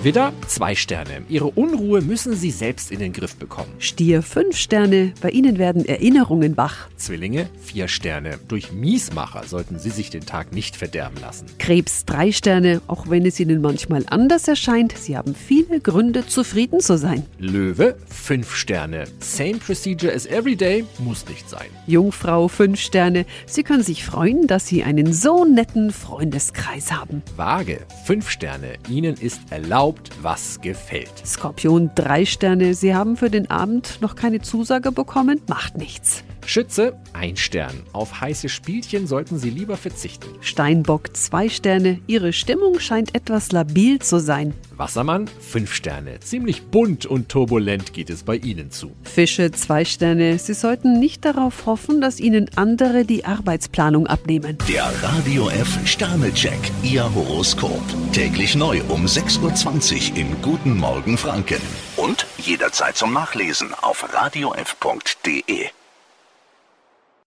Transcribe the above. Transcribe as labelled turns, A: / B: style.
A: Widder, zwei Sterne. Ihre Unruhe müssen Sie selbst in den Griff bekommen.
B: Stier fünf Sterne, bei Ihnen werden Erinnerungen wach.
A: Zwillinge, vier Sterne. Durch Miesmacher sollten Sie sich den Tag nicht verderben lassen.
B: Krebs drei Sterne, auch wenn es Ihnen manchmal anders erscheint, Sie haben viele Gründe, zufrieden zu sein.
A: Löwe, fünf Sterne. Same procedure as every day muss nicht sein.
B: Jungfrau fünf Sterne, Sie können sich freuen, dass Sie einen so netten Freundeskreis haben.
A: Waage, fünf Sterne. Ihnen ist erlaubt, was gefällt.
B: Skorpion drei Sterne, Sie haben für den Abend noch keine Zusage bekommen, macht nichts.
A: Schütze, ein Stern. Auf heiße Spielchen sollten Sie lieber verzichten.
B: Steinbock zwei Sterne, Ihre Stimmung scheint etwas labil zu sein.
A: Wassermann, fünf Sterne. Ziemlich bunt und turbulent geht es bei Ihnen zu.
B: Fische zwei Sterne, Sie sollten nicht darauf hoffen, dass Ihnen andere die Arbeitsplanung abnehmen.
C: Der Radio F Sternecheck. Ihr Horoskop. Täglich neu um 6.20 Uhr im Guten Morgen Franken. Und jederzeit zum Nachlesen auf radiof.de.